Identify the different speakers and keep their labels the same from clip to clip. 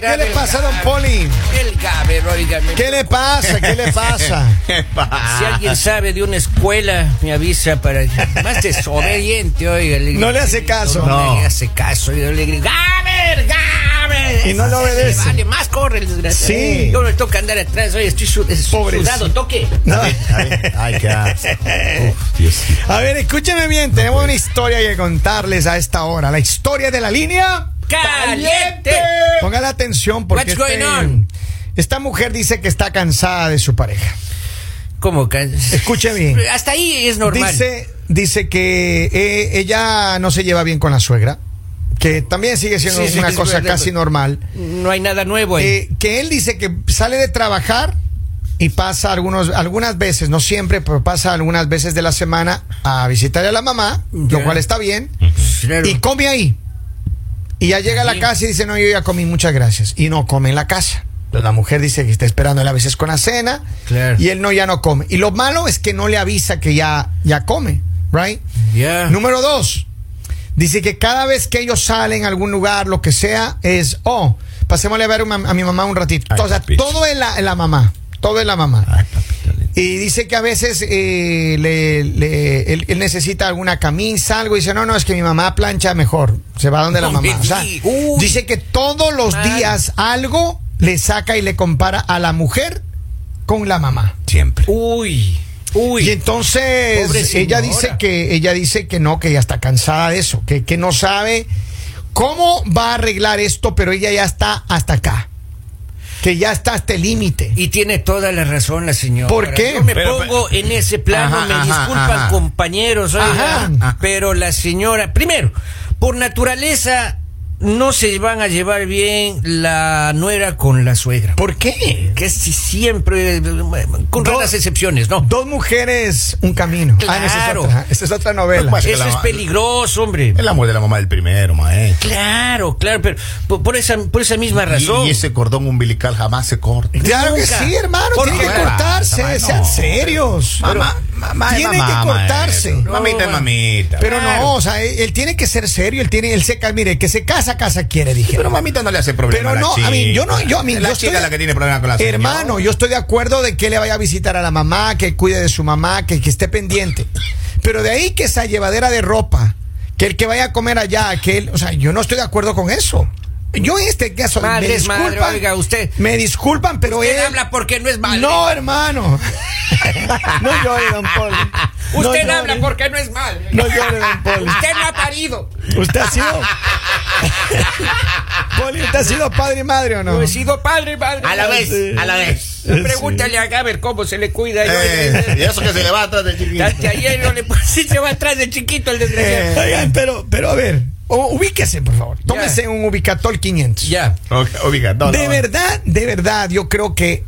Speaker 1: ¿Qué le pasa, don Poli?
Speaker 2: El Gabe, lógicamente.
Speaker 1: ¿Qué le pasa? ¿Qué le pasa?
Speaker 2: Si
Speaker 1: Ah.
Speaker 2: alguien sabe de una escuela, me avisa para que. Más desobediente, oiga.
Speaker 1: No le hace caso.
Speaker 2: No,
Speaker 1: No.
Speaker 2: le hace caso. Yo le grito, ¡Gaber, Gaber!
Speaker 1: Y no le obedece.
Speaker 2: Vale, más corre el desgraciado.
Speaker 1: Sí.
Speaker 2: Yo le toca andar atrás, oye, estoy su- es-
Speaker 1: Pobrecito.
Speaker 2: sudado, toque.
Speaker 1: No.
Speaker 3: Ay, qué asco. Uf, Dios.
Speaker 1: A ver, escúcheme bien, tenemos una historia que contarles a esta hora. La historia de la línea
Speaker 2: ¡Caliente!
Speaker 1: Ponga la atención porque este
Speaker 2: What's going on?
Speaker 1: esta mujer dice que está cansada de su pareja.
Speaker 2: ¿Cómo can-
Speaker 1: Escuche bien.
Speaker 2: Hasta ahí es normal.
Speaker 1: Dice, dice que eh, ella no se lleva bien con la suegra, que también sigue siendo
Speaker 2: Sí, sí,
Speaker 1: una
Speaker 2: sí,
Speaker 1: cosa
Speaker 2: sí,
Speaker 1: casi
Speaker 2: sí.
Speaker 1: normal.
Speaker 2: no hay nada nuevo ahí.
Speaker 1: Eh, que él dice que sale de trabajar y pasa algunos, algunas veces, no siempre, pero pasa algunas veces de la semana a visitar a la mamá,
Speaker 2: Ya.
Speaker 1: lo cual está bien,
Speaker 2: Claro.
Speaker 1: y come ahí. Y ya llega a la
Speaker 2: Sí.
Speaker 1: casa y dice, no, yo ya comí, muchas gracias. Y no come en la casa. Pero la mujer dice que está esperando él a veces con la cena
Speaker 2: Claro.
Speaker 1: y él no, ya no come. Y lo malo es que no le avisa que ya, ya come, ¿right?
Speaker 2: Ya.
Speaker 1: Número dos, dice que cada vez que ellos salen a algún lugar, lo que sea, es, oh, pasémosle a ver un mam- a mi mamá un ratito.
Speaker 3: Ay,
Speaker 1: o sea,
Speaker 3: papito.
Speaker 1: todo es la, la mamá, todo es la mamá.
Speaker 3: Ay, papito lindo.
Speaker 1: Y dice que a veces eh, le, le- él, él necesita alguna camisa, algo, y dice, no, no, es que mi mamá plancha mejor, se va donde la
Speaker 2: No
Speaker 1: mamá.
Speaker 2: me
Speaker 1: O sea,
Speaker 2: diga. Uy.
Speaker 1: dice que todos los
Speaker 2: Madre.
Speaker 1: días algo le saca y le compara a la mujer con la mamá.
Speaker 3: Siempre.
Speaker 2: Uy, uy.
Speaker 1: Y entonces
Speaker 2: Pobre
Speaker 1: ella
Speaker 2: señora.
Speaker 1: dice que ella dice que no, que ya está cansada de eso, que, que no sabe cómo va a arreglar esto, pero ella ya está hasta acá. Que ya está hasta el límite.
Speaker 2: Y tiene toda la razón la señora.
Speaker 1: ¿Por qué?
Speaker 2: Yo me
Speaker 3: Pero-
Speaker 2: pongo en ese plano,
Speaker 3: Ajá,
Speaker 2: me
Speaker 3: ajá,
Speaker 2: disculpan
Speaker 3: ajá.
Speaker 2: compañeros, oiga,
Speaker 1: Ajá.
Speaker 2: Ah. pero la señora, primero, por naturaleza no se van a llevar bien la nuera con la suegra.
Speaker 1: ¿Por qué?
Speaker 2: Que si siempre, eh, con
Speaker 1: Dos-
Speaker 2: raras excepciones, ¿no?
Speaker 1: Dos mujeres, un camino. Ah, no, esa es
Speaker 2: Claro.
Speaker 1: otra, esa es otra novela.
Speaker 3: Pues,
Speaker 2: Eso
Speaker 3: la-
Speaker 2: es peligroso, hombre.
Speaker 3: El amor de la mamá del primero, maestro.
Speaker 2: Claro, claro, pero por, por esa, por esa misma razón.
Speaker 3: Y, y ese cordón umbilical jamás se corta.
Speaker 1: Claro que
Speaker 2: Nunca.
Speaker 1: sí, hermano.
Speaker 2: Por
Speaker 1: Tienen que
Speaker 2: favor. Ah,
Speaker 1: cortarse,
Speaker 3: Mamá, no.
Speaker 1: sean serios.
Speaker 3: Mamá, mamá, es
Speaker 1: tiene
Speaker 3: mamá,
Speaker 1: que cortarse.
Speaker 3: maestro. Mamita es mamita.
Speaker 1: Pero no,
Speaker 2: Claro.
Speaker 1: o sea, él, él tiene que ser serio, él tiene, él se ca- mire, que se casa, casa quiere, dije.
Speaker 3: Pero mamita no le hace problema.
Speaker 1: Pero
Speaker 3: a la
Speaker 1: no,
Speaker 3: chica.
Speaker 1: a mí, yo no, yo a mí,
Speaker 3: Es La
Speaker 1: yo
Speaker 3: chica
Speaker 1: estoy-
Speaker 3: la que tiene problema con la señora.
Speaker 1: Hermano, yo estoy de acuerdo de que le vaya a visitar a la mamá, que cuide de su mamá, que, que esté pendiente. Pero de ahí que esa llevadera de ropa, que el que vaya a comer allá, que él, o sea, yo no estoy de acuerdo con eso. Yo en este caso
Speaker 2: Madre
Speaker 1: me
Speaker 2: es madre,
Speaker 1: disculpan,
Speaker 2: oiga, usted-
Speaker 1: me disculpan, pero
Speaker 2: Usted
Speaker 1: él
Speaker 2: habla porque no es madre.
Speaker 1: No, hermano. no llore, don Poli. No
Speaker 2: Usted
Speaker 1: llore.
Speaker 2: habla porque no es madre.
Speaker 1: No llore, don Poli.
Speaker 2: Usted no ha parido.
Speaker 1: Usted ha sido Poli, ¿usted ha sido padre y madre o no?
Speaker 2: Yo he sido padre, padre.
Speaker 3: A la vez, a la vez.
Speaker 2: Pregúntale a Gaber cómo se le cuida. Yo-
Speaker 3: Eh, y eso que se le va atrás del chiquito.
Speaker 2: Hasta ayer no le sí se va atrás de chiquito el
Speaker 3: Eh,
Speaker 2: desgraciado.
Speaker 1: Oigan, pero, pero a ver, o- ubíquese, por favor. Tómese un ubicatol 500.
Speaker 2: Ya.
Speaker 3: Ok, oiga, no,
Speaker 1: De
Speaker 3: no.
Speaker 1: verdad, de verdad, yo creo que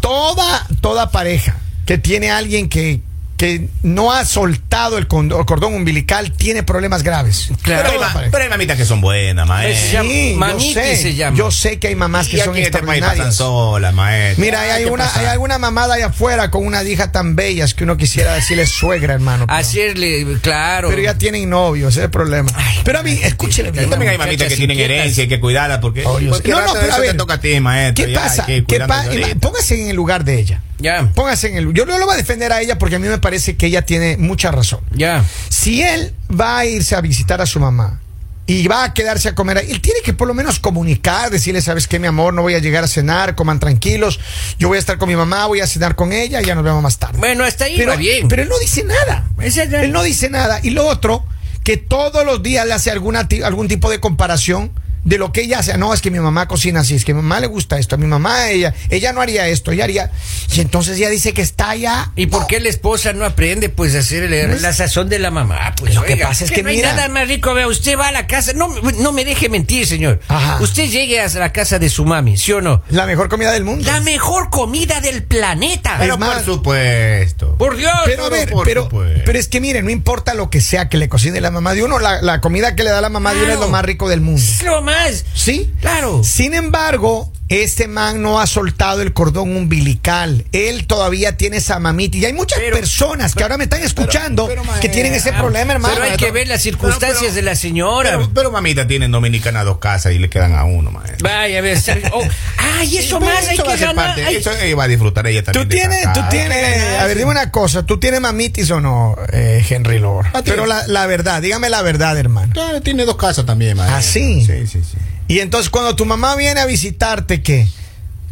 Speaker 1: toda, toda pareja que tiene alguien que, que no ha soltado el condo- el cordón umbilical tiene problemas graves.
Speaker 2: Claro.
Speaker 3: Pero, hay
Speaker 1: Toda
Speaker 3: ma-
Speaker 1: pareja.
Speaker 3: pero hay mamitas que son buenas,
Speaker 2: Se
Speaker 3: maestro.
Speaker 2: llama
Speaker 1: Sí, yo
Speaker 2: mamitis
Speaker 1: sé,
Speaker 2: se llama.
Speaker 1: Yo sé que hay mamás que
Speaker 3: Y
Speaker 1: son
Speaker 3: aquí en este país
Speaker 1: extraordinarias.
Speaker 3: pasan solas, maestro.
Speaker 1: Mira, ahí hay,
Speaker 3: ¿Qué
Speaker 1: una,
Speaker 3: pasa?
Speaker 1: hay alguna mamada allá afuera con unas hijas tan bellas que uno quisiera decirle suegra, hermano.
Speaker 3: Ah,
Speaker 1: pero-
Speaker 2: Hacerle, claro.
Speaker 1: Pero ya tienen novios, ese es el problema. Pero a mí, escúchele
Speaker 3: Pero
Speaker 1: bien.
Speaker 3: también hay
Speaker 2: Muchachas
Speaker 3: mamitas que tienen
Speaker 2: inquietas.
Speaker 3: herencia, hay que cuidarla porque.
Speaker 1: Oh, Dios.
Speaker 3: Cualquier
Speaker 1: No, no,
Speaker 3: rato de
Speaker 1: pero a
Speaker 3: eso te
Speaker 1: ver,
Speaker 3: toca a ti, maestro.
Speaker 1: ¿Qué
Speaker 3: ya,
Speaker 1: pasa?
Speaker 3: hay que
Speaker 1: ¿Qué
Speaker 3: cuidarla
Speaker 1: pa-
Speaker 3: solita.
Speaker 1: Póngase en el lugar de ella.
Speaker 2: Ya.
Speaker 1: Póngase en el Yo no lo voy a defender a ella porque a mí me parece que ella tiene mucha razón.
Speaker 2: Ya.
Speaker 1: Si él va a irse a visitar a su mamá y va a quedarse a comer, ahí, él tiene que por lo menos comunicar, decirle, ¿sabes qué, mi amor? No voy a llegar a cenar, coman tranquilos. Yo voy a estar con mi mamá, voy a cenar con ella, ya nos vemos más tarde.
Speaker 2: Bueno, hasta ahí
Speaker 1: pero,
Speaker 2: va bien.
Speaker 1: pero él no dice nada.
Speaker 2: Ese ya-
Speaker 1: Él no dice nada. Y lo otro, que todos los días le hace alguna, ti- algún tipo de comparación de lo que ella hace. No, es que mi mamá cocina así, es que a mi mamá le gusta esto, a mi mamá, ella, ella no haría esto, ella haría. Y entonces ella dice que está allá.
Speaker 2: ¿Y por qué la esposa no aprende pues a hacer el- la sazón de la mamá? Pues
Speaker 1: Lo que
Speaker 2: oiga,
Speaker 1: pasa es que
Speaker 2: no
Speaker 1: mira-
Speaker 2: hay nada más rico. Vea, usted va a la casa, no, me- no me deje mentir, señor.
Speaker 1: Ajá.
Speaker 2: Usted llegue a la casa de su mami, ¿sí o no?
Speaker 1: La mejor comida del mundo.
Speaker 2: La mejor comida del planeta.
Speaker 3: Pero
Speaker 1: Es más-
Speaker 3: por supuesto.
Speaker 2: por Dios.
Speaker 1: Pero
Speaker 2: no,
Speaker 1: a
Speaker 2: pues.
Speaker 1: ver,
Speaker 2: por-
Speaker 3: por
Speaker 1: pero,
Speaker 3: supuesto.
Speaker 1: pero es que mire, no importa lo que sea que le cocine la mamá de uno, la, la comida que le da la mamá de uno es
Speaker 2: Claro.
Speaker 1: lo más rico del mundo.
Speaker 2: es lo más.
Speaker 1: ¿Sí?
Speaker 2: Claro.
Speaker 1: Sin embargo, Este man no ha soltado el cordón umbilical. Él todavía tiene esa mamita. Y hay muchas
Speaker 2: Pero-
Speaker 1: personas que ahora me están escuchando
Speaker 3: pero,
Speaker 1: que tienen ese
Speaker 2: Ah,
Speaker 1: problema, hermano.
Speaker 2: Pero hay que ver las circunstancias
Speaker 3: Pero, pero-
Speaker 2: de la señora.
Speaker 3: Pero, pero mamita tiene en Dominicana dos casas y le quedan a uno, maestro.
Speaker 2: Vaya, a ver. ¿sabes? Oh, ay, eso
Speaker 3: Pero
Speaker 2: más hay
Speaker 3: va a
Speaker 2: que
Speaker 3: ser
Speaker 2: ganar.
Speaker 3: parte-
Speaker 2: ay.
Speaker 3: Eso ella va a disfrutar ella
Speaker 1: Tú
Speaker 3: también. de
Speaker 1: tienes,
Speaker 3: esa
Speaker 1: tú
Speaker 3: casa.
Speaker 1: tienes, a ver, dime una cosa, ¿tú tienes mamitis o no, eh, Henry Lord?
Speaker 3: Ah, tiene.
Speaker 1: Pero la, la verdad, dígame la verdad, hermano.
Speaker 3: Claro, Ah, tiene dos casas también, maestro.
Speaker 1: ¿Ah, sí?
Speaker 3: Sí, sí, sí.
Speaker 1: Y entonces cuando tu mamá viene a visitarte, ¿qué?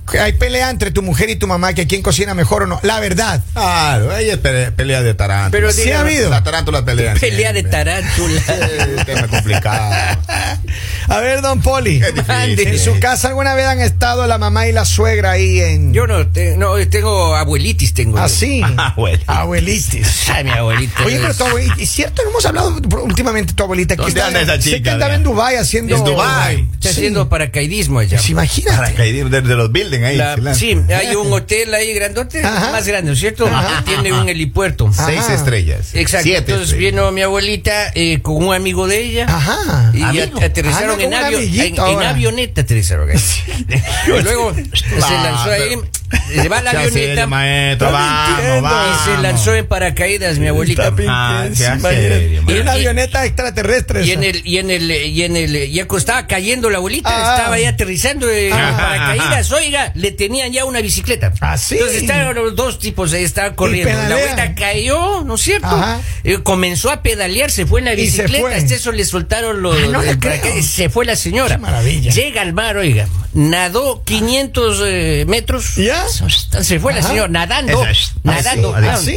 Speaker 1: Que Hay pelea entre tu mujer y tu mamá, que quién cocina mejor o no. La verdad.
Speaker 3: Claro, ella es pele- pelea de tarántula.
Speaker 2: Pero
Speaker 1: Sí ha habido.
Speaker 3: La tarántula pelea.
Speaker 2: Pelea de tarántula.
Speaker 3: Un tema complicado.
Speaker 1: A ver, don Poli.
Speaker 3: Es difícil.
Speaker 2: Mande.
Speaker 1: ¿En su casa alguna vez han estado la mamá y la suegra ahí en...
Speaker 2: Yo no, te- no, tengo abuelitis, tengo.
Speaker 3: Ah,
Speaker 1: Así.
Speaker 2: Ah,
Speaker 3: Abuelita.
Speaker 1: Pues, Abuelitis.
Speaker 2: Ay, mi abuelita.
Speaker 1: ¿Ah, Oye, pero tu abuelita, es cierto, hemos hablado últimamente de tu abuelita. que
Speaker 3: ¿Dónde
Speaker 1: está-
Speaker 3: anda esa
Speaker 1: Sé que
Speaker 3: chica,
Speaker 1: andaba
Speaker 3: vea?
Speaker 1: en Dubái haciendo...
Speaker 3: En Dubái.
Speaker 2: Está
Speaker 1: Sí.
Speaker 2: haciendo paracaidismo allá.
Speaker 1: Pues imagínate.
Speaker 3: Ahí de, de los building ahí.
Speaker 2: La-
Speaker 3: claro.
Speaker 2: sí, hay un hotel ahí grandote,
Speaker 1: Ajá.
Speaker 2: más grande, ¿no es cierto?
Speaker 1: Ajá.
Speaker 2: Y Tiene un helipuerto.
Speaker 3: Seis
Speaker 1: Ajá.
Speaker 3: estrellas.
Speaker 2: Exacto.
Speaker 3: Siete
Speaker 2: Entonces
Speaker 3: estrellas.
Speaker 2: vino mi abuelita eh, con un amigo de ella.
Speaker 1: Ajá.
Speaker 2: Y ya
Speaker 3: Amigo.
Speaker 2: aterrizaron
Speaker 1: Ah, no,
Speaker 2: en,
Speaker 1: con un
Speaker 2: avio- en,
Speaker 1: amiguito
Speaker 2: en
Speaker 1: ahora.
Speaker 2: avioneta. Aterrizaron. Y luego se lanzó ahí, se va la
Speaker 3: Ya sé,
Speaker 2: avioneta.
Speaker 3: maestro,
Speaker 1: Está
Speaker 3: vamos,
Speaker 1: mintiendo.
Speaker 3: vamos.
Speaker 2: Y se lanzó en paracaídas mi abuelita.
Speaker 1: Está
Speaker 3: Ah,
Speaker 1: pinche,
Speaker 3: sea
Speaker 1: sí,
Speaker 3: serio,
Speaker 1: imagínate.
Speaker 3: man.
Speaker 1: Y una avioneta extraterrestre.
Speaker 2: Y
Speaker 1: esa.
Speaker 2: en el, y en el, y en el, ya cuando estaba cayendo la abuelita,
Speaker 1: Ah.
Speaker 2: estaba ya aterrizando eh,
Speaker 3: Ajá,
Speaker 2: con paracaídas.
Speaker 3: ajá.
Speaker 2: Oiga, le tenían ya una bicicleta.
Speaker 1: Ah, sí.
Speaker 2: Entonces estaban los dos tipos ahí, estaban corriendo. La
Speaker 1: pedalean.
Speaker 2: abuelita cayó, ¿no es cierto?
Speaker 1: Ajá.
Speaker 2: Eh, comenzó a pedalear, se fue en la
Speaker 1: Y se
Speaker 2: bicicleta.
Speaker 1: fue.
Speaker 2: Hasta eso le soltaron los.
Speaker 1: Ah, no le
Speaker 2: el
Speaker 1: creo.
Speaker 2: paracaídas. Se fue la señora.
Speaker 1: Qué maravilla.
Speaker 2: Llega al mar, oiga. Nadó 500 eh, metros.
Speaker 1: ¿Ya?
Speaker 2: Se fue la
Speaker 1: Ajá.
Speaker 2: señora, nadando.
Speaker 3: Esa,
Speaker 2: nadando.
Speaker 3: así,
Speaker 2: Ah,
Speaker 1: así.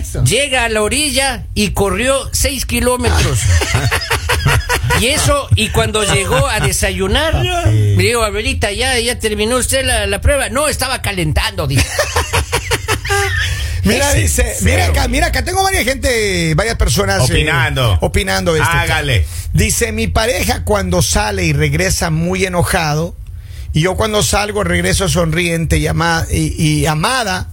Speaker 3: Eso.
Speaker 2: Llega a la orilla y corrió 6 kilómetros. Y eso, y cuando llegó a desayunar,
Speaker 3: Sí.
Speaker 2: me digo, Abelita, ya, ya terminó usted la, la prueba. No, estaba calentando, dice.
Speaker 1: Mira,
Speaker 3: Ese
Speaker 1: dice,
Speaker 3: cero.
Speaker 1: mira acá, mira acá, tengo varias gente, varias personas eh,
Speaker 3: Opinando.
Speaker 1: opinando de este tema.
Speaker 3: Hágale.
Speaker 1: Dice, mi pareja cuando sale y regresa muy enojado, y yo cuando salgo regreso sonriente y, ama- y, y amada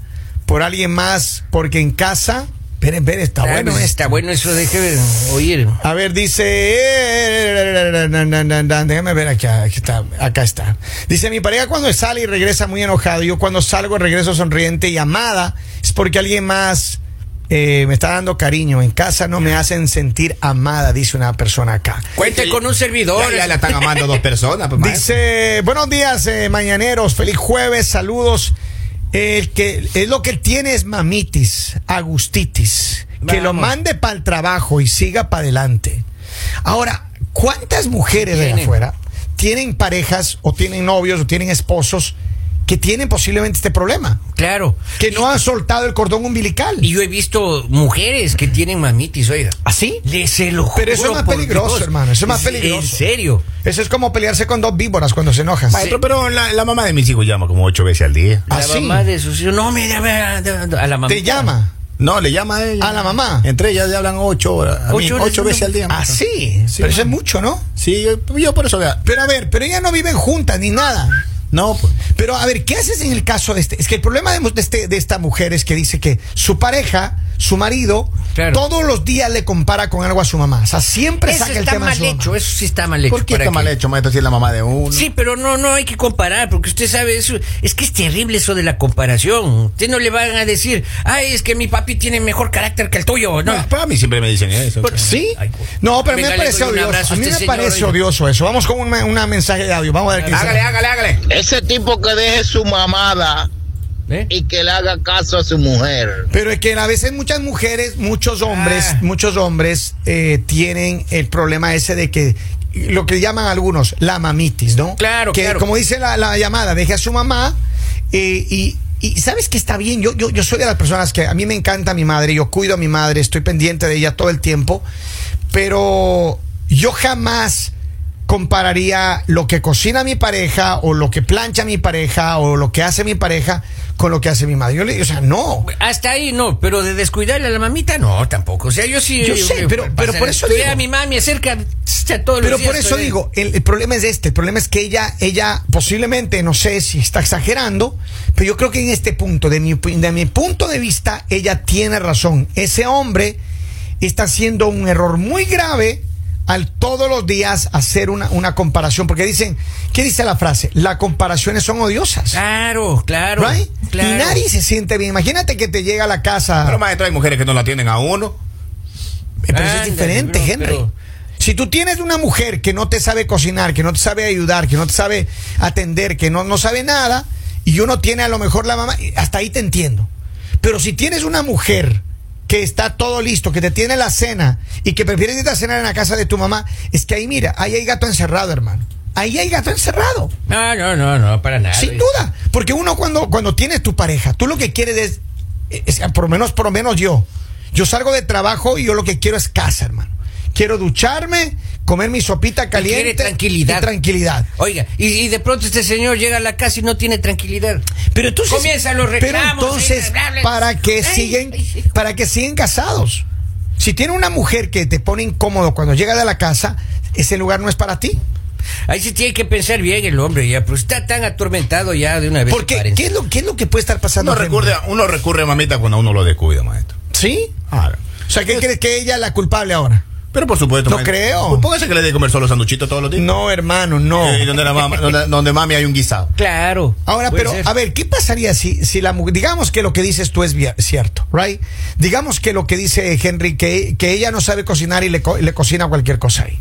Speaker 1: por alguien más, porque en casa, esperen, esperen, está
Speaker 2: Ah,
Speaker 1: bueno ¿eh?
Speaker 2: pues,
Speaker 1: esto.
Speaker 2: está bueno eso, deje de oír.
Speaker 1: A ver, dice. eh, Déjame ver acá. Aquí está, acá está. Dice: Mi pareja cuando sale y regresa muy enojado. Yo cuando salgo regreso sonriente y amada. Es porque alguien más eh, me está dando cariño. En casa no me hacen sentir amada, dice una persona acá.
Speaker 2: Cuente con un servidor.
Speaker 3: Ya, ya la están amando dos personas. pues, maestro.
Speaker 1: Dice: Buenos días, eh, mañaneros. Feliz jueves. Saludos. El que es lo que tiene es mamitis, agustitis. Que lo
Speaker 2: Vamos.
Speaker 1: mande para el trabajo y siga para adelante. Ahora, ¿cuántas mujeres de
Speaker 2: Tienen.
Speaker 1: afuera tienen parejas o tienen novios o tienen esposos que tienen posiblemente este problema?
Speaker 2: Claro.
Speaker 1: Que no han soltado el cordón umbilical.
Speaker 2: Y yo he visto mujeres que tienen mamitis, oiga.
Speaker 1: ¿Así?
Speaker 2: Les se lo juro.
Speaker 1: Pero eso es más
Speaker 2: por
Speaker 1: peligroso,
Speaker 2: Dios.
Speaker 1: hermano, eso es más
Speaker 2: En
Speaker 1: peligroso.
Speaker 2: serio.
Speaker 1: Eso es como pelearse con dos víboras cuando se enojan.
Speaker 3: Maestro, pero la, la mamá de mis hijos llama como ocho veces al día.
Speaker 1: ¿Ah,
Speaker 2: la
Speaker 1: sí?
Speaker 2: mamá de sus hijos. No, mira, a, a la mamá.
Speaker 1: Te llama.
Speaker 3: No, le llama a ella.
Speaker 1: ¿A la mamá?
Speaker 3: Entre ellas le hablan ocho horas. a mí,
Speaker 2: Ocho
Speaker 3: Ocho,
Speaker 2: horas, ¿no?
Speaker 3: veces al día.
Speaker 1: Ah,
Speaker 3: maestro.
Speaker 1: Así.
Speaker 3: Sí,
Speaker 1: pero eso es
Speaker 3: ma'am.
Speaker 1: mucho, ¿no?
Speaker 3: Sí, yo, yo por eso vea.
Speaker 1: Pero a ver, pero ellas no viven juntas ni nada.
Speaker 3: No, pues.
Speaker 1: Pero a ver, ¿qué haces en el caso de este? Es que el problema de, mu- de este- de esta mujer es que dice que su pareja, su marido,
Speaker 2: Claro.
Speaker 1: todos los días le compara con algo a su mamá. O sea, siempre
Speaker 2: Eso
Speaker 1: saca el
Speaker 2: está
Speaker 1: tema de
Speaker 2: mal
Speaker 1: su mamá.
Speaker 2: hecho, eso sí está mal hecho.
Speaker 3: ¿Por qué
Speaker 2: ¿para
Speaker 3: está mal
Speaker 2: qué?
Speaker 3: hecho, maestro, si es la mamá de uno?
Speaker 2: Sí, pero no, no hay que comparar, porque usted sabe eso. Es que es terrible eso de la comparación. Usted no le van a decir, ay, es que mi papi tiene mejor carácter que el tuyo. No,
Speaker 3: No, para mí siempre me dicen eso.
Speaker 1: ¿Sí?
Speaker 2: Ay, güey.
Speaker 1: No, pero a mí
Speaker 2: Venga,
Speaker 1: me
Speaker 2: le
Speaker 1: parece
Speaker 2: doy un
Speaker 1: odioso.
Speaker 2: abrazo
Speaker 1: a
Speaker 2: a
Speaker 1: mí
Speaker 2: usted,
Speaker 1: me
Speaker 2: señor,
Speaker 1: parece
Speaker 2: oiga.
Speaker 1: odioso eso. Vamos con una, una mensaje de audio. Vamos a ver qué dice.
Speaker 3: Hágale, hágale, hágale.
Speaker 4: Ese tipo que deje su mamada
Speaker 2: ¿Eh?
Speaker 4: y que le haga caso a su mujer.
Speaker 1: Pero es que a veces muchas mujeres, muchos hombres,
Speaker 2: Ah.
Speaker 1: muchos hombres eh, tienen el problema ese de que lo que llaman algunos la mamitis, ¿no?
Speaker 2: Claro,
Speaker 1: que,
Speaker 2: claro.
Speaker 1: Como dice la, la llamada, deje a su mamá eh, y, y sabes que está bien. Yo, yo, yo soy de las personas que a mí me encanta mi madre, yo cuido a mi madre, estoy pendiente de ella todo el tiempo, pero yo jamás compararía lo que cocina mi pareja o lo que plancha mi pareja o lo que hace mi pareja con lo que hace mi madre. Yo le digo, o sea, no.
Speaker 2: Pues, Hasta ahí no, pero de descuidarle a la mamita no, tampoco. O sea, yo sí.
Speaker 1: Yo sé, pero- pero
Speaker 2: pasa-
Speaker 1: por eso
Speaker 2: estoy
Speaker 1: digo-
Speaker 2: a mi mami acerca tss, todos los
Speaker 1: Pero
Speaker 2: días
Speaker 1: por eso
Speaker 2: estoy-
Speaker 1: digo, el, el problema es este, el problema es que ella, ella posiblemente, no sé si está exagerando, pero yo creo que en este punto, de mi, opi- de mi punto de vista, ella tiene razón. Ese hombre está haciendo un error muy grave al todos los días hacer una, una comparación, porque dicen, ¿qué dice la frase? Las comparaciones son odiosas.
Speaker 2: Claro, claro.
Speaker 1: Right?
Speaker 2: claro.
Speaker 1: Y nadie se siente bien. Imagínate que te llega a la casa.
Speaker 3: Pero maestro, hay mujeres que no la atienden a uno.
Speaker 1: Pero eso es
Speaker 2: Ándale,
Speaker 1: diferente,
Speaker 2: bro,
Speaker 1: Henry.
Speaker 2: pero-
Speaker 1: Si tú tienes una mujer que no te sabe cocinar, que no te sabe ayudar, que no te sabe atender, que no, no sabe nada, y uno tiene a lo mejor la mamá, hasta ahí te entiendo. Pero si tienes una mujer que está todo listo, que te tiene la cena y que prefieres irte a cenar en la casa de tu mamá, es que ahí mira, ahí hay gato encerrado, hermano. Ahí hay gato encerrado.
Speaker 2: No, no, no, no, para nada.
Speaker 1: Sin duda, porque uno cuando, cuando tienes tu pareja, tú lo que quieres es, es- por lo menos, por lo menos yo, yo salgo de trabajo y yo lo que quiero es casa, hermano. Quiero ducharme, comer mi sopita caliente.
Speaker 2: quiere tranquilidad.
Speaker 1: y tranquilidad.
Speaker 2: Oiga, y, y de pronto este señor llega a la casa y no tiene tranquilidad.
Speaker 1: Pero entonces.
Speaker 2: Comienzan los
Speaker 1: Pero
Speaker 2: reclamos,
Speaker 1: entonces,
Speaker 2: ahí, bla, bla.
Speaker 1: ¿para qué
Speaker 2: Ay,
Speaker 1: siguen,
Speaker 2: ay, sí.
Speaker 1: para qué siguen casados? Si tiene una mujer que te pone incómodo cuando llegas de la casa, ese lugar no es para ti.
Speaker 2: Ahí sí tiene que pensar bien el hombre ya, pero está tan atormentado ya de una vez.
Speaker 1: Porque,
Speaker 2: sepárense.
Speaker 1: ¿qué es, lo, ¿qué es lo que puede estar pasando?
Speaker 3: Uno recurre, uno recurre, mamita, cuando uno lo descuida, maestro.
Speaker 1: ¿Sí?
Speaker 3: Claro.
Speaker 1: O sea, ¿qué crees que ella es la culpable ahora?
Speaker 3: Pero por supuesto.
Speaker 1: No
Speaker 3: maestro.
Speaker 1: creo.
Speaker 3: Pues Póngase que le dé comer solo sanduchito todos los días.
Speaker 1: No, hermano, no.
Speaker 3: Eh, Y donde, la mamá- donde, donde mami hay un guisado.
Speaker 2: Claro.
Speaker 1: Ahora,
Speaker 2: puede
Speaker 1: pero
Speaker 2: ser.
Speaker 1: a ver, ¿qué pasaría si, si la mujer, digamos que lo que dices tú es via- cierto, right? Digamos que lo que dice Henry, que, que ella no sabe cocinar y le, co- le cocina cualquier cosa ahí.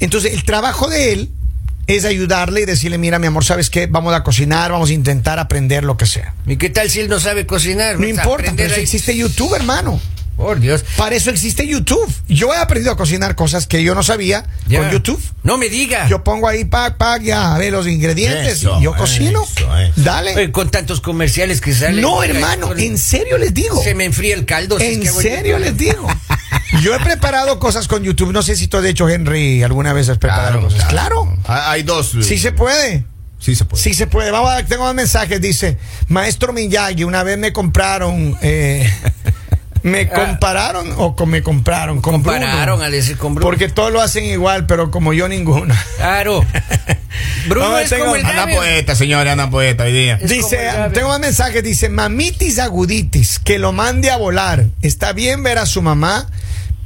Speaker 1: Entonces, el trabajo de él es ayudarle y decirle, mira, mi amor, ¿sabes qué? Vamos a cocinar, vamos a intentar aprender lo que sea.
Speaker 2: ¿Y qué tal si él no sabe cocinar?
Speaker 1: No
Speaker 2: O sea,
Speaker 1: importa,
Speaker 2: aprender
Speaker 1: pero eso
Speaker 2: ahí.
Speaker 1: existe YouTube, hermano.
Speaker 2: Por Dios.
Speaker 1: Para eso existe YouTube. Yo he aprendido a cocinar cosas que yo no sabía
Speaker 2: Ya.
Speaker 1: con YouTube.
Speaker 2: No me diga.
Speaker 1: Yo pongo ahí, pac, pac, ya, a ver los ingredientes.
Speaker 3: Eso,
Speaker 1: y yo cocino.
Speaker 3: eso, eso.
Speaker 1: Dale.
Speaker 2: Eh, con tantos comerciales que salen.
Speaker 1: No,
Speaker 2: Oiga,
Speaker 1: hermano,
Speaker 2: con-
Speaker 1: en serio les digo.
Speaker 2: Se me enfría el caldo. si es
Speaker 1: En
Speaker 2: que hago yo-
Speaker 1: serio les digo. Yo he preparado cosas con YouTube. No sé si tú has hecho, Henry, alguna vez has preparado cosas. Claro.
Speaker 3: Ah, Hay dos. eh,
Speaker 1: Sí se puede.
Speaker 3: Sí se puede.
Speaker 1: Sí se puede. Vamos a ver, tengo más mensajes. Dice, maestro Miyagi, una vez me compraron, eh, me compararon o con- me compraron. Con Bruno.
Speaker 2: Ah. Compararon a decir con Bruno.
Speaker 1: Porque todos lo hacen igual, pero como yo ninguna.
Speaker 2: Claro. Bruno
Speaker 1: No,
Speaker 2: es
Speaker 1: tengo- pues,
Speaker 2: como el
Speaker 3: Anda
Speaker 2: Gabe.
Speaker 3: poeta, señora, anda poeta hoy día.
Speaker 2: Es como
Speaker 1: Dice,
Speaker 2: el ave.
Speaker 1: tengo más mensajes, dice, mamitis aguditis, que lo mande a volar. Está bien ver a su mamá,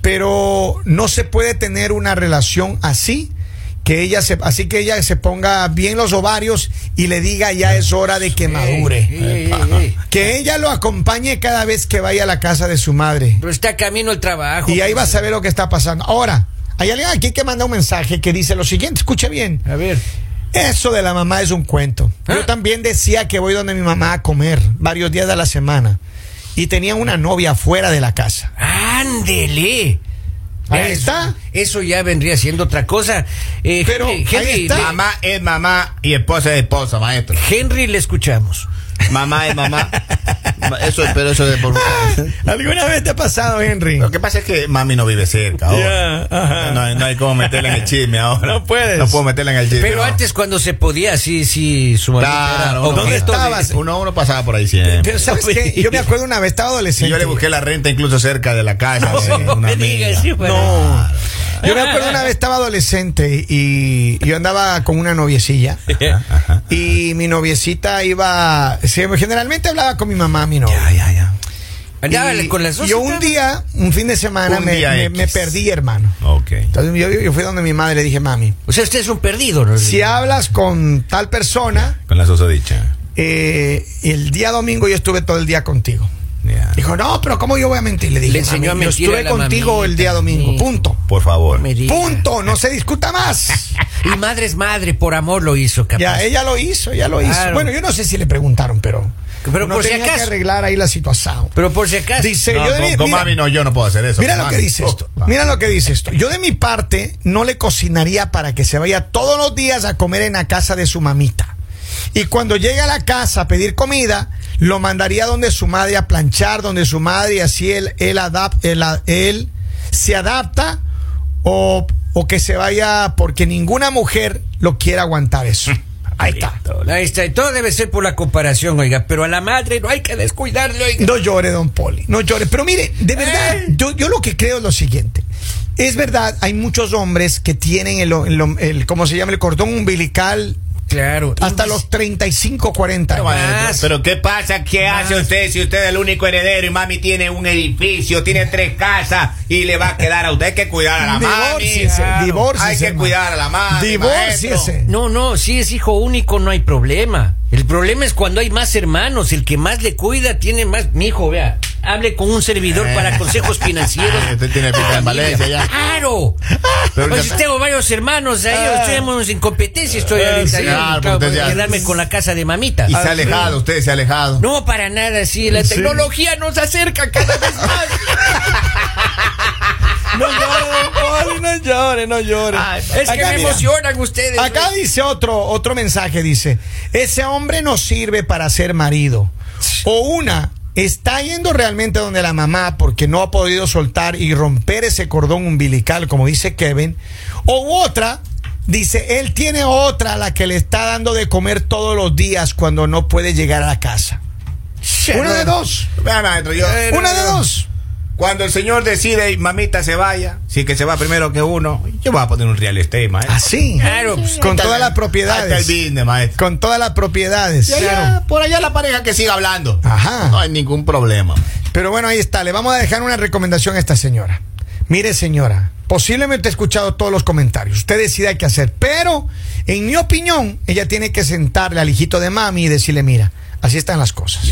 Speaker 1: pero no se puede tener una relación así, que ella se, así que ella se ponga bien los ovarios y le diga ya es hora de que
Speaker 2: Ey,
Speaker 1: madure.
Speaker 2: ey, ey, ey.
Speaker 1: Que ella lo acompañe cada vez que vaya a la casa de su madre.
Speaker 2: Pero está camino al trabajo.
Speaker 1: Y ahí vas a ver lo que está pasando. Ahora, hay alguien aquí que manda un mensaje que dice lo siguiente, escuche bien.
Speaker 2: A ver.
Speaker 1: Eso de la mamá es un cuento.
Speaker 2: ¿Ah?
Speaker 3: ¿Eh?
Speaker 1: Yo también decía que voy donde mi mamá a comer varios días de la semana. Y tenía una novia fuera de la casa.
Speaker 2: Ándele.
Speaker 1: Ahí
Speaker 2: Eso-
Speaker 1: está.
Speaker 2: Eso ya vendría siendo otra cosa. Eh,
Speaker 1: Pero
Speaker 2: Henry,
Speaker 1: ahí
Speaker 2: Henry,
Speaker 1: está.
Speaker 2: mamá-
Speaker 3: Mamá es mamá y esposa es esposa, maestro.
Speaker 2: Henry le escuchamos.
Speaker 3: Mamá es mamá. Eso, pero eso de por
Speaker 1: ¿Alguna vez te ha pasado, Henry?
Speaker 3: Lo que pasa es que mami no vive cerca ahora.
Speaker 1: Ya, ajá.
Speaker 3: no, hay- no hay cómo meterla en el chisme ahora.
Speaker 1: No puedes.
Speaker 3: No puedo meterla en el chisme.
Speaker 2: Pero
Speaker 3: ahora.
Speaker 2: antes cuando se podía, sí, sí, su mamita era
Speaker 3: Claro, uno-
Speaker 1: ¿Dónde
Speaker 2: objeto de-
Speaker 1: estabas?
Speaker 3: Uno, uno pasaba por ahí siempre.
Speaker 1: Pero ¿sabes qué? Yo me acuerdo una vez, estaba
Speaker 3: Si
Speaker 1: adolescente.
Speaker 3: yo le busqué la renta incluso cerca de la casa. de
Speaker 2: No
Speaker 3: una
Speaker 2: me
Speaker 3: amiga.
Speaker 2: digas, sí, bueno.
Speaker 1: No. Yo me acuerdo una vez estaba adolescente y y yo andaba con una noviecilla. Y mi noviecita iba. sí, Generalmente hablaba con mi mamá, mi novia.
Speaker 3: Ya, ya, ya.
Speaker 2: Andaba
Speaker 1: Y
Speaker 2: con las dos.
Speaker 1: Yo un día, un fin de semana,
Speaker 3: Un
Speaker 1: me,
Speaker 3: día
Speaker 1: me-
Speaker 3: X.
Speaker 1: me perdí, hermano.
Speaker 3: Ok.
Speaker 1: Entonces yo, yo fui donde mi madre le dije, mami,
Speaker 2: O sea, usted es un perdido, ¿no?
Speaker 1: si hablas con tal persona,
Speaker 3: Con la sosodicha.
Speaker 1: eh, el día domingo yo estuve todo el día contigo.
Speaker 3: Ya.
Speaker 1: Dijo, no, pero ¿cómo yo voy a mentir? Le dije,
Speaker 2: Le enseñó
Speaker 1: "Mami,
Speaker 2: a
Speaker 1: yo
Speaker 2: mentir a
Speaker 1: estuve
Speaker 2: la
Speaker 1: contigo
Speaker 2: mamita,
Speaker 1: el día domingo.
Speaker 2: sí.
Speaker 1: Punto.
Speaker 3: Por favor.
Speaker 2: Me diga.
Speaker 1: Punto. No se discuta más.
Speaker 2: Y madre es madre, por amor lo hizo, capaz.
Speaker 1: ya, eh, ella lo hizo, ella lo hizo.
Speaker 2: Claro.
Speaker 1: Bueno, yo no sé si le preguntaron, pero.
Speaker 2: Pero
Speaker 1: uno
Speaker 2: por si
Speaker 1: tenía
Speaker 2: acaso.
Speaker 1: que arreglar ahí la situación.
Speaker 2: Pero por si acaso.
Speaker 1: Dice,
Speaker 3: No,
Speaker 1: yo de
Speaker 3: con,
Speaker 1: mi-
Speaker 3: con
Speaker 1: mira-
Speaker 3: mami no, yo no puedo hacer eso.
Speaker 1: Mira
Speaker 3: Con
Speaker 1: lo que
Speaker 3: mami,
Speaker 1: dice
Speaker 3: oh,
Speaker 1: esto.
Speaker 3: va.
Speaker 1: Mira lo que dice esto. Yo de mi parte no le cocinaría para que se vaya todos los días a comer en la casa de su mamita. Y cuando llegue a la casa a pedir comida, lo mandaría donde su madre a planchar, donde su madre, y así él, él, adap- él, a- él se adapta o, o que se vaya porque ninguna mujer lo quiere aguantar eso. Ahí está.
Speaker 2: Ahí está, y todo debe ser por la comparación, oiga, pero a la madre no hay que descuidarle, oiga.
Speaker 1: No llore, don Poli, no llore. Pero mire, de verdad,
Speaker 2: Eh.
Speaker 1: yo, yo lo que creo es lo siguiente. Es verdad, hay muchos hombres que tienen el, el- el- ¿cómo se llama? El cordón umbilical
Speaker 2: Claro.
Speaker 1: Hasta los 35, 40 años.
Speaker 2: Más.
Speaker 3: Pero ¿qué pasa? ¿Qué
Speaker 2: Más.
Speaker 3: hace usted si usted es el único heredero y mami tiene un edificio, tiene tres casas y le va a quedar a usted? Hay que cuidar a la mami.
Speaker 1: Divórciese,
Speaker 2: claro.
Speaker 1: divórciese,
Speaker 3: Hay que
Speaker 1: hermano.
Speaker 3: cuidar a la mami.
Speaker 1: Divórciese.
Speaker 2: No, no, si es hijo único no hay problema. El problema es cuando hay más hermanos, el que más le cuida tiene más... Mi hijo, vea, hable con un servidor para consejos financieros.
Speaker 3: Eh. Usted tiene pinta en Valencia ya.
Speaker 2: ¡Claro!
Speaker 3: Pero
Speaker 2: pues
Speaker 3: ya-
Speaker 2: si tengo varios hermanos ahí,
Speaker 3: Ah.
Speaker 2: tenemos en competencia, estoy
Speaker 3: Eh,
Speaker 2: ahorita
Speaker 3: sí,
Speaker 2: ahí,
Speaker 3: claro,
Speaker 2: claro,
Speaker 3: pero usted
Speaker 2: para
Speaker 3: ya-
Speaker 2: quedarme con la casa de mamita.
Speaker 3: Y se ha alejado, usted se ha alejado.
Speaker 2: No, para nada, sí. La tecnología nos acerca cada vez más.
Speaker 1: No llores, no llores, no llores.
Speaker 2: es que me emocionan ustedes.
Speaker 1: Acá dice otro, otro mensaje, dice, ese hombre no sirve para ser marido. O una, está yendo realmente donde la mamá porque no ha podido soltar y romper ese cordón umbilical, como dice Kevin. O otra, dice, él tiene otra a la que le está dando de comer todos los días cuando no puede llegar a la casa. Una de dos.
Speaker 3: Vea, maestro, yo-
Speaker 1: Eh, Una de dos.
Speaker 3: Cuando el señor decide y mamita se vaya, sí que se va primero que uno, yo voy a poner un real estate, maestro.
Speaker 1: Así.
Speaker 2: Claro, pues,
Speaker 1: Con todas las
Speaker 3: Hasta el
Speaker 1: propiedades.
Speaker 3: business, maestro.
Speaker 1: Con todas las propiedades.
Speaker 3: Y allá, Por allá la pareja que siga hablando.
Speaker 1: Ajá.
Speaker 3: No hay ningún problema.
Speaker 1: Pero bueno, ahí está. Le vamos a dejar una recomendación a esta señora. Mire, señora, posiblemente he escuchado todos los comentarios. Usted decida qué hacer. Pero, en mi opinión, ella tiene que sentarle al hijito de mami y decirle, mira, así están las cosas.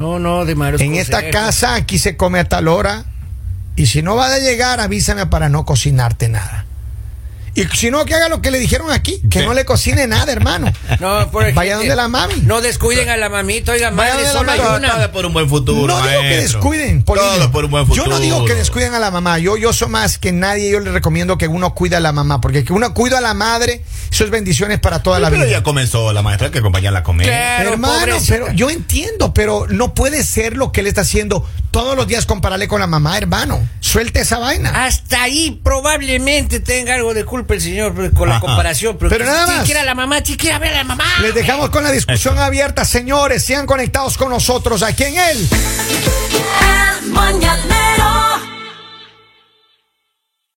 Speaker 2: No, no, de malos
Speaker 1: En esta
Speaker 2: consejos.
Speaker 1: casa aquí se come a tal hora. Y si no va a llegar, avísame para no cocinarte nada. Y si no, que haga lo que le dijeron aquí, que
Speaker 3: Sí.
Speaker 1: no le cocine nada, hermano.
Speaker 2: No, por ejemplo,
Speaker 1: Vaya donde la mami.
Speaker 2: No descuiden a la mamita, oiga,
Speaker 1: Vaya
Speaker 2: madre,
Speaker 1: donde la
Speaker 2: solo hay
Speaker 1: mami.
Speaker 2: una.
Speaker 3: Todo por un buen futuro.
Speaker 1: No digo que
Speaker 3: maestro.
Speaker 1: descuiden, Paulina.
Speaker 3: Todo por un buen futuro.
Speaker 1: Yo no digo que descuiden a la mamá. Yo, yo soy más que nadie. Yo le recomiendo que uno cuida a la mamá. Porque que uno cuida a la madre, eso es bendiciones para toda la
Speaker 3: Pero
Speaker 1: vida.
Speaker 3: ya comenzó la maestra hay que acompañarla a comer.
Speaker 2: ¿Qué? Claro,
Speaker 1: Hermano,
Speaker 2: pobrecita.
Speaker 1: pero yo entiendo, pero no puede ser lo que él está haciendo todos los días compararle con la mamá, hermano. Suelte esa vaina.
Speaker 2: Hasta ahí probablemente tenga algo de culpa el señor pero con la
Speaker 3: Ajá.
Speaker 2: comparación. Pero,
Speaker 1: Pero
Speaker 2: que-
Speaker 1: nada
Speaker 2: sí
Speaker 1: más.
Speaker 2: quiere a la mamá, sí quiere a ver a la mamá.
Speaker 1: Les dejamos con la discusión abierta, señores. Sean conectados con nosotros aquí en él.
Speaker 5: Ah,